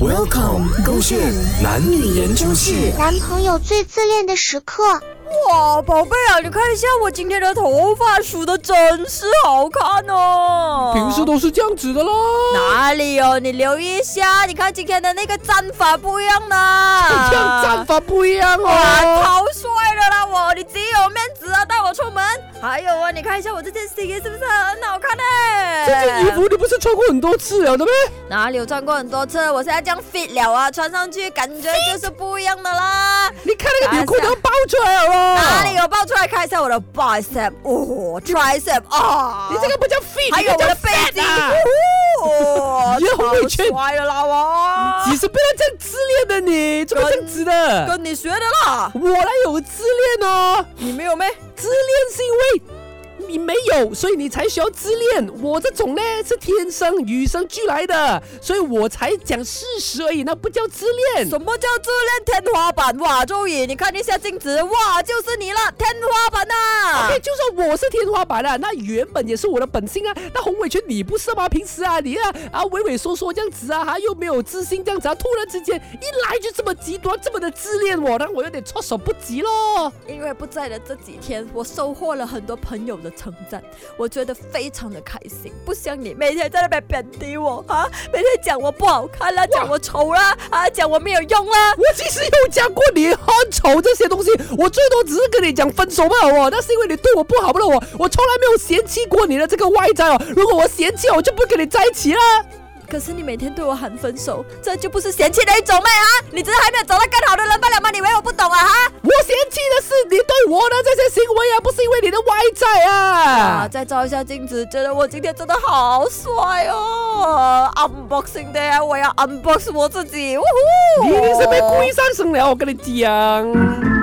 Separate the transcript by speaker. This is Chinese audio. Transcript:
Speaker 1: Welcome，勾线男女研究室。
Speaker 2: 男朋友最自恋的时刻，
Speaker 3: 哇，宝贝啊，你看一下我今天的头发梳的真是好看哦。
Speaker 4: 平时都是这样子的啦。
Speaker 3: 哪里哦？你留意一下，你看今天的那个站法不一样
Speaker 4: 这样
Speaker 3: 啦。
Speaker 4: 站法不一样
Speaker 3: 啊哇，
Speaker 4: 哦。
Speaker 3: 超帅的啦我，你只有面子啊，带我出门。还有啊，你看一下我这件新衣是不是很好看呢、
Speaker 4: 这件衣服你不是穿过很多次了的咩？
Speaker 3: 哪里有穿过很多次？我现在这样 fit 了啊，穿上去感觉就是不一样的啦。
Speaker 4: 你看那个纽扣都要爆出来了咯。
Speaker 3: 哪里有爆出来？看一下我的 bicep，哦，tricep 啊，
Speaker 4: 你这个不叫 fit，
Speaker 3: 还有哎我
Speaker 4: 你这
Speaker 3: 的
Speaker 4: 个叫
Speaker 3: 背脊
Speaker 4: fat 啊。，
Speaker 3: 哦，
Speaker 4: 你的红围圈
Speaker 3: 超帅的啦哇，
Speaker 4: 你是不要这样自恋的你，怎么这样子的？
Speaker 3: 跟你学的啦，
Speaker 4: 我来有自恋哦，
Speaker 3: 你没有咩？
Speaker 4: 自恋是因为你没有，所以你才需要自恋。我这种呢是天生与生俱来的，所以我才讲事实而已，那不叫自恋。
Speaker 3: 什么叫自恋天花板？哇，周宇，你看一下镜子，哇，就是你了，天花板啊呐、
Speaker 4: 对，就算我是天花板啊，那原本也是我的本性啊。那红尾圈你不是吗？平时啊，你啊啊畏畏缩缩这样子啊，还又没有自信这样子啊，突然之间一来就这么极端，这么的自恋我，让我有点措手不及咯。
Speaker 3: 因为不在的这几天，我收获了很多朋友的称赞，我觉得非常的开心。不像你每天在那边贬低我啊，每天讲我不好看啦，讲我丑啦，啊，讲我没有用啦。
Speaker 4: 我其实有讲过你很丑这些东西，我最多只是跟你讲分手嘛，哦，那是因为你对我不好不了我，我从来没有嫌弃过你的这个外在哦。如果我嫌弃，我就不跟你在一起啦。
Speaker 3: 可是你每天对我喊分手，这就不是嫌弃的一种咩啊？你只是还没有找到更好的人罢了吗？你以为我不懂啊哈？
Speaker 4: 我嫌弃的是你对我的这些行为啊，不是因为你的外在啊
Speaker 3: 啊，。再照一下镜子，觉得我今天真的好帅哦！Unboxing day，我要 unbox 我自己，呜呼！
Speaker 4: 你一定是被故意上升了，我跟你讲。